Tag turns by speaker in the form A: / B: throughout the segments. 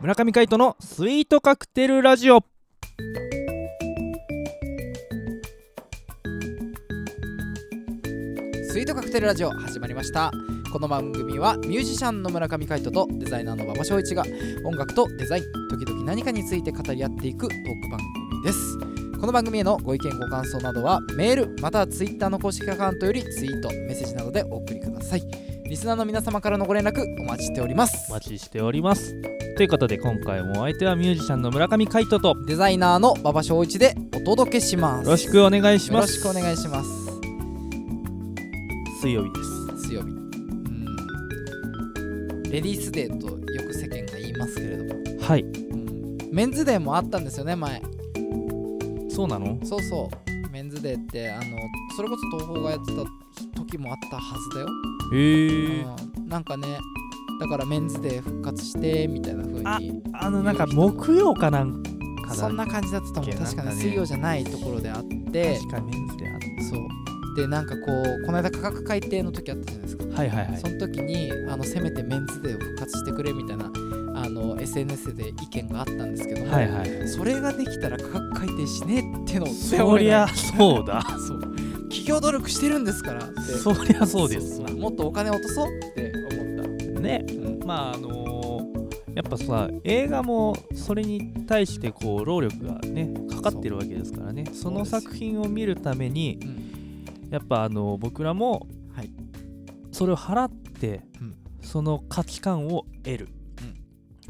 A: 村上海人のスイートカクテルラジオ
B: スイートカクテルラジオ始まりましたこの番組はミュージシャンの村上海人とデザイナーの馬場翔一が音楽とデザイン時々何かについて語り合っていくトーク番組ですこの番組へのご意見ご感想などはメールまたはツイッターの公式アカウントよりツイートメッセージなどでお送りくださいリスナーの皆様からのご連絡お待ちしております
A: お待ちしておりますということで今回もお相手はミュージシャンの村上海人とよ
B: デザイナーの馬場翔一でお届けします
A: ろしくお願いし
B: よ
A: ま
B: ろ
A: す
B: しくお願いします
A: 水曜日です
B: 水曜日うんレディースデーとよく世間が言いますけれども
A: はい
B: メンズデーもあったんですよね前
A: そうなの
B: そうそうメンズデーってあのそれこそ東宝がやってた時もあったはずだよ、
A: へえ
B: うん、なんかねだからメンズデー復活してみたいな風に
A: あのなんか木曜かなんかだ
B: そんな感じだったと思う
A: なんか
B: 確
A: ね
B: かに水曜じゃないところであって
A: 確かメンズであっ
B: そうでなんかこうこの間価格改定の時あったじゃないですか
A: たはいはいはい
B: その時にあのせめてメンズデーを復活してくれみたいなあの SNS で意見があったんですけども、
A: はいはい
B: それができたら価格改定しねえってのを
A: そりゃそう だ
B: そう企業努力してるんですからって
A: そりゃそうですわ
B: そうもっとお金落とそうって思っ
A: ね
B: た、うん
A: まああのーやっぱさ映画もそれに対してこう労力がねかかってるわけですからねその
B: そうです
A: 作品を見るために
B: うん
A: やっぱあの僕らも
B: はい
A: それを払って、
B: うん
A: その価値観を得る、
B: うん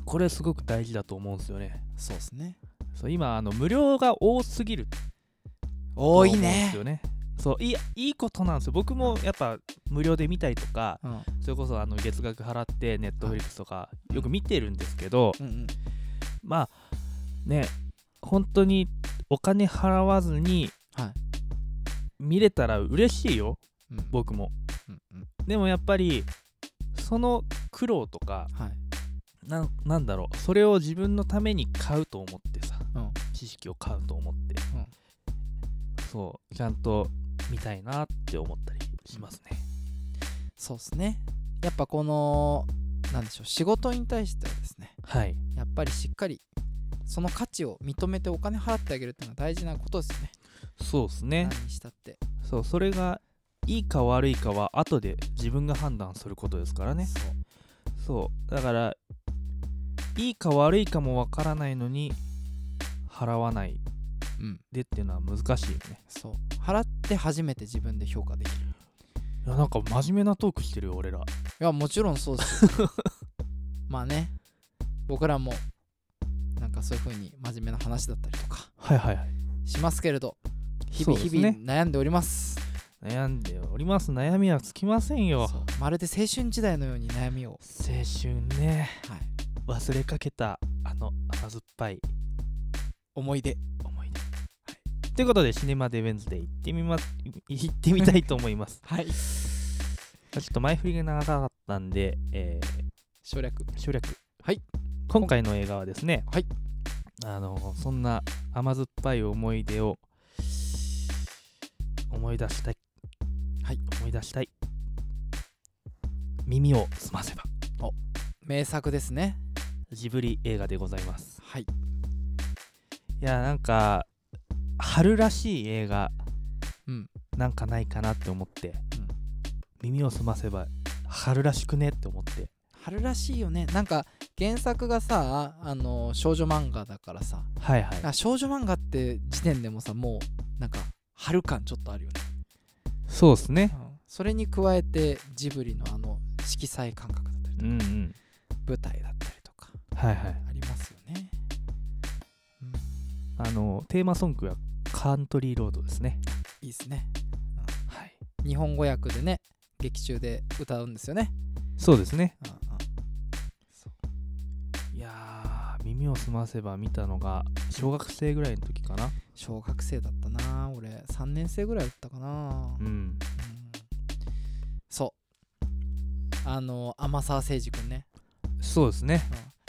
A: これすごく大事だと思うんですよね
B: そうですね
A: そう今あの無料が多すぎると
B: 多
A: 思う
B: い
A: んで
B: ね
A: すよねそういいいいことなんですよ僕もやっぱ無料で見たりとか
B: うん
A: それこそあの月額払ってネットフリックスとかよく見てるんですけど、
B: うんうん
A: まあね本当にお金払わずに
B: はい
A: 見れたら嬉しいよ
B: うん
A: 僕も
B: うんうん
A: でもやっぱりその苦労とか
B: はい
A: なんなんだろうそれを自分のために買うと思ってさ
B: うん
A: 知識を買うと思って、
B: うん
A: そうちゃんと見たいなって思ったりしますね、
B: そうですねやっぱこのなんでしょう仕事に対してはですね
A: はい
B: やっぱりしっかりその価値を認めてお金払ってあげるっていうのは大事なことですよね
A: そうですね
B: 何にしたって
A: そうそれがいいか悪いかは後で自分が判断することですからね
B: そう
A: そうだからいいか悪いかもわからないのに払わない
B: うん
A: でっていうのは難しいよね
B: そう払って初めて自分で評価できる
A: いやなんか真面目なトークしてるよ俺ら
B: いやもちろんそうですよ まあね僕らもなんかそういう風に真面目な話だったりとか
A: はいはいはい
B: しますけれど日々
A: そうです
B: 日々
A: ね
B: 悩んでおります
A: 悩んでおります悩みはつきませんよ
B: そうまるで青春時代のように悩みを、
A: 青春ね
B: はい、
A: 忘れかけたあの甘酸っぱい
B: 思い出
A: 思い出、ということでシネマデウェンズで行ってみます行ってみたいと思います
B: は い
A: ちょっと前振りが長かったんで、えー、
B: 省略
A: 省略
B: はい
A: 今回の映画はですね
B: はい
A: あのそんな甘酸っぱい思い出を思い出したい
B: はい
A: 思い出したい耳を澄ませば
B: 名作ですね
A: ジブリ映画でございます
B: はい
A: いやなんか春らしい映画
B: うん
A: なんかないかなって思って、耳を澄ませば春らしくねって思って
B: 春らしいよねなんか原作がさあの少女漫画だからさ
A: はいはい
B: あ少女漫画って時点でもさもうなんか春感ちょっとあるよね、
A: そうですね
B: それに加えてジブリのあの色彩感覚だったりと
A: うんう
B: か、
A: ん
B: 舞台だったりとか
A: はいはい
B: ありますよね、うん、
A: あのテーマソングはカントリーロードですね
B: いいですね
A: はい
B: 日本語訳でね劇中で歌うんですよね、
A: そうですね
B: うんうん
A: いやー耳を澄ませば見たのが小学生ぐらいの時かな
B: 小学生だったな俺3年生ぐらいだったかな、
A: うん
B: うんそうあの天沢誠司君ね、
A: そうですね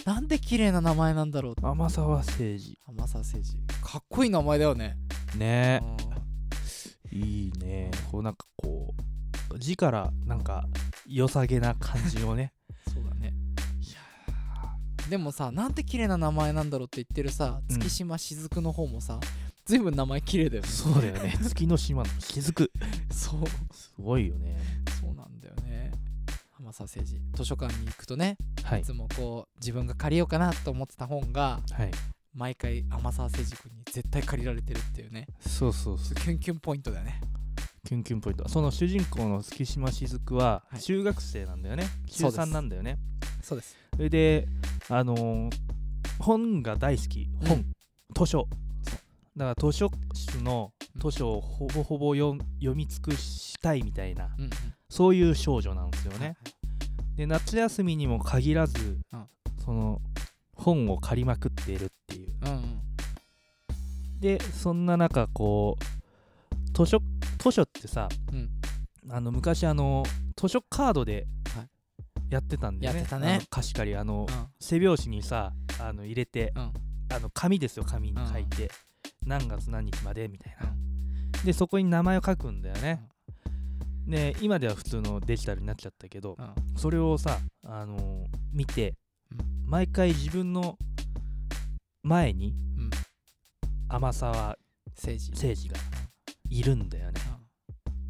B: うん、なんで綺麗な名前なんだろうって
A: 天沢誠治
B: 天沢誠司かっこいい名前だよね、
A: ね
B: うん
A: いいねこうなんかこう字からなんか良さげな感じをね
B: そうだね
A: いや
B: でもさなんて綺麗な名前なんだろうって言ってるさ
A: うん
B: 月島雫の方もさ、ずいぶん名前綺麗だよ ね
A: そうだよね 月の島の気づく
B: そう
A: すごいよね
B: そうなんだよね浜沢誠治図書館に行くとね
A: はいい
B: つもこう自分が借りようかなと思ってた本が
A: はい
B: 毎回天沢誠治君に絶対借りられてるっていうね
A: そうそう
B: ち
A: そ
B: ょ
A: う
B: っとキュンキュンポイントだよね
A: キュンキュンポイントその主人公の月島雫は
B: はい
A: 中学生なんだよね、中
B: そうです
A: 3なんだよね
B: そうです
A: それであのー本が大好き本、
B: うん
A: 図書だから図書室の図書をほぼほぼ読読み尽くしたいみたいな
B: うんうん
A: そういう少女なんですよね
B: はい
A: で夏休みにも限らず、
B: うん
A: その本を借りまくっているっていう
B: うんうん
A: でそんな中こう図書図書ってさ、
B: うん
A: あの昔あの図書カードで
B: はい
A: やってたんだよね,、
B: やってたね
A: あの貸し借りあの、
B: うん
A: 背表紙にさあの入れて、
B: うん
A: あの紙ですよ紙に書いて、何月何日までみたいな、でそこに名前を書くんだよね、で今では普通のデジタルになっちゃったけど、
B: うん
A: それをさ、あのー見て、
B: うん
A: 毎回自分の前に
B: うん
A: 天沢
B: 政治
A: 誠治がいるんだよね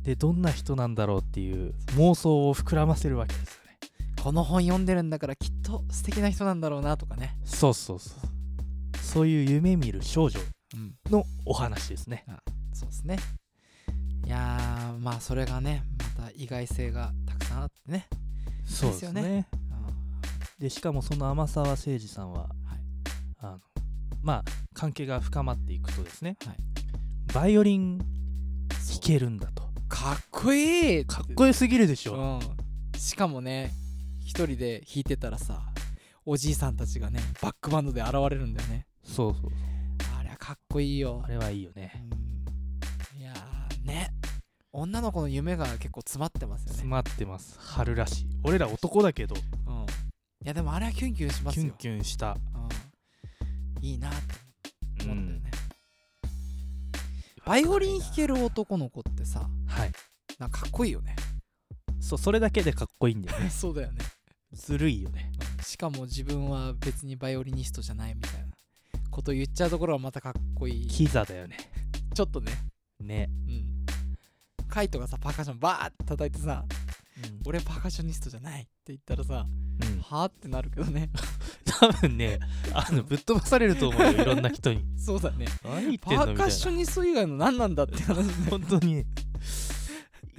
B: う
A: でどんな人なんだろうっていう妄想を膨らませるわけですよね
B: んこの本読んでるんだからきっと素敵な人なんだろうなとかね、
A: そうそうそうそういう夢見る少女
B: うん、
A: のお話ですね
B: そうですねいやーまあそれがねまた意外性がたくさんあってね、
A: そうで
B: うですす
A: よ
B: よ
A: ね
B: ね
A: でしかもその天沢誠治さんは、
B: はい
A: あのまあ関係が深まっていくとですね、
B: はい
A: バイオリン弾
B: そう
A: けるんだと
B: かっこいい
A: かっこよすぎるでしょ、
B: うん、しかもね一人で弾いてたらさおじいさんたちがねバックバンドで現れるんだよね
A: そうそう
B: あれはかっこいいよ
A: あれはいいよね
B: うんいやーね女の子の夢が結構詰まってますよ
A: 詰
B: ね、
A: まってます春らしい俺ら男だけど
B: うん、いやでもあれはキュンキュンします
A: キ
B: よ
A: ュンキュンした、
B: うん、いいなって思うんだよね、
A: うん
B: バイオリン弾ける男の子ってさ
A: はい
B: なんかかっこいいよね
A: そうそれだけでかっこいいんだよね
B: そうだよね
A: ずるいよね
B: しかも自分は別にバイオリニストじゃないみたいなこと言っちゃうところはまたかっこいい
A: キザだよね
B: ちょっとね
A: ね、
B: うんカイトがさパーカッションバーって叩いてさ「俺パーカッショニストじゃない」って言ったらさ
A: うん
B: はあってなるけどね
A: 多分ねあのぶっ飛ばされると 思うよいろんな人に
B: そうだね
A: 何言って
B: パ
A: んの
B: ー
A: み
B: カ
A: た
B: ッ
A: い
B: シ
A: な
B: ョニスト以外の何なんだって話ね
A: 本当に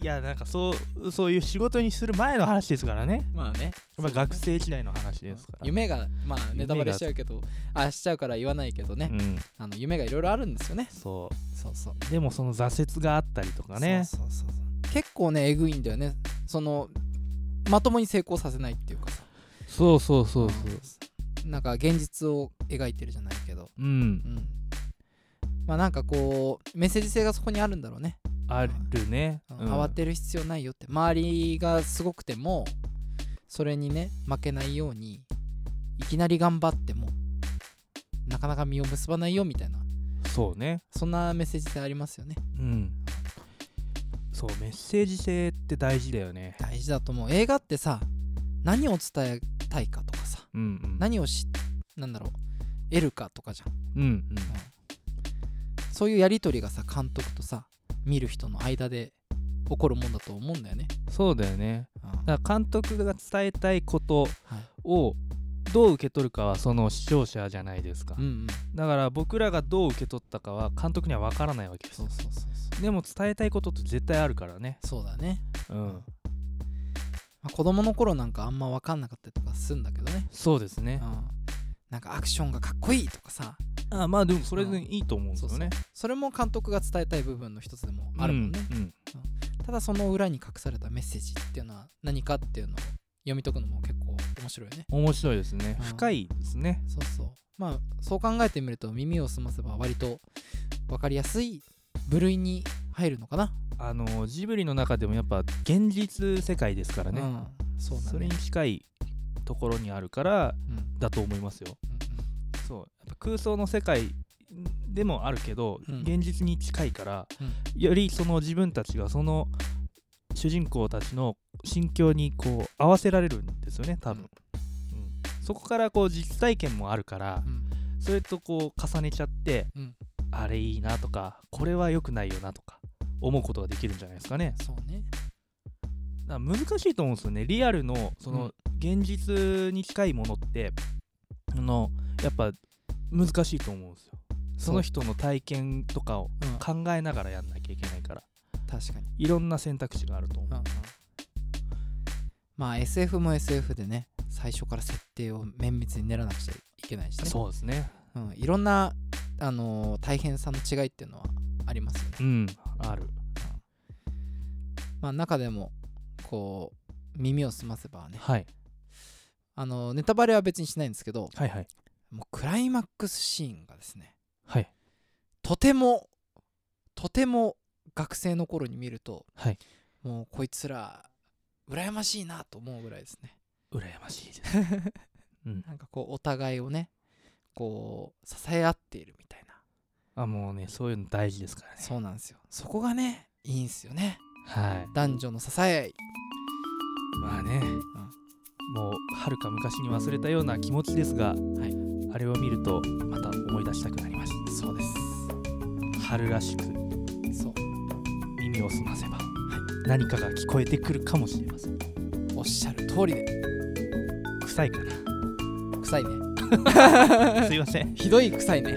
A: いやなんかそうそういう仕事にする前の話ですからね、
B: まあね
A: まあ、学生時代の話ですから
B: 夢がまあ
A: 夢が
B: ネタバレしちゃうけどあしちゃうから言わないけどね、
A: うん
B: あの夢がいろいろあるんですよね
A: そ
B: そうそう
A: うでもその挫折があったりとかね
B: そうそうそうそう結構ねえぐいんだよねそのまともに成功させないっていうかさ
A: そうそうそうそう
B: うんなんか現実を描いてるじゃないけど
A: うん
B: うんまあなんかこうメッセージ性がそこにあるんだろうね、
A: あるね、
B: うん
A: うん
B: 慌てる必要ないよって周りがすごくてもそれにね負けないようにいきなり頑張ってもなかなか実を結ばないよみたいな
A: そうね
B: そんなメッセージ性ありますよね
A: うんそうメッセージ性って大事だよね
B: 大事だと思う映画ってさ何を伝えたいかとかさ
A: うんうん
B: 何をしなんだろう得るかとかじゃん
A: うんうん
B: そういうやり取りがさ監督とさ見る人の間で起こるもんだと思うんだよね、
A: そうだよね
B: うん
A: だから監督が伝えたいこと
B: はい
A: をどう受け取るかはその視聴者じゃないですか、
B: うんうん、
A: だから僕らがどう受け取ったかは監督には分からないわけです
B: そ
A: よ
B: うそうそうそ
A: でも伝えたいことって絶対あるからね
B: うそうだね、
A: うん
B: まあ、子供の頃なんかあんま分かんなかったりとかするんだけどね、
A: そうです
B: う
A: ね
B: ん、なんかアクションがかっこいいとかさ
A: あまあでもそれでいいと思うんです
B: そう
A: よ
B: そう
A: ね
B: それも監督が伝えたい部分の一つでもあるもんね、
A: うんうん
B: ただその裏に隠されたメッセージっていうのは何かっていうのを読み解くのも結構面白いね
A: 面白いですね
B: うん
A: 深いですね
B: そうそうまあそう考えてみると耳を澄ませば割と分かりやすい部類に入るのかな、
A: あのジブリの中でもやっぱ現実世界ですからね、
B: うん、そうだ
A: それ
B: ね
A: に近いところにあるから
B: うんうん
A: だと思いますよ
B: う
A: そうやっぱ空想の世界でもあるけど、
B: うん
A: 現実に近いから、
B: うん
A: よりその自分たちがその主人公たちの心境にこう合わせられるんですよね多分、うんそこからこう実体験もあるから
B: うん
A: それとこう重ねちゃって、
B: うん
A: あれいいなとかこれは良くないよなとか思うことができるんじゃないですかね
B: そうね
A: だから難しいと思うんですよねリアルのその現実に近いものって、あのやっぱ難しいと思うんですよその人の体験とかを
B: うん
A: 考えながらやんなきゃいけないから
B: 確かに、
A: いろんな選択肢があると思う、
B: うんうんまあ SF も SF でね最初から設定を綿密に練らなくちゃいけないしね
A: そうですね
B: う、ん、いろんな、あのー大変さの違いっていうのはありますよね
A: うんある
B: まあ中でもこう耳を澄ませばね
A: はい
B: あのーネタバレは別にしないんですけど
A: はいはい
B: もうクライマックスシーンがですね
A: はい
B: とてもとても学生の頃に見ると
A: はい
B: もうこいつら羨ましいなと思うぐらいですね
A: 羨ましいです、うん、
B: なんかこうお互いをねこう支え合っているみたいな
A: あもうねそういうの大事ですからね
B: そうなんですよそこがねいいんすよね
A: はい
B: 男女の支え合い
A: まあね、もうはるか昔に忘れたような気持ちですが、あれを見るとまた思い出したくなりまし
B: そうで
A: た春らしく
B: すそう
A: 耳を澄ませば、何かが聞こえてくるかもしれません
B: おっしゃる通りで
A: 臭いか
B: 臭いね
A: な すいません
B: ひどい臭いね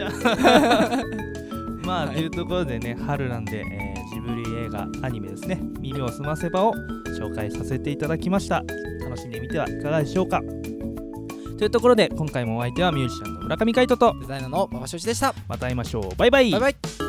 A: まあ、
B: はい
A: というところでね春なんで、えージブリ映画アニメですね「耳を澄ませば」を紹介させていただきました楽しんでみてはいかがでしょうかというところで今回もお相手はミュージシャンの村上海人と
B: デザイナーの馬場所一でした
A: また会いましょうバイバイ
B: バイバイ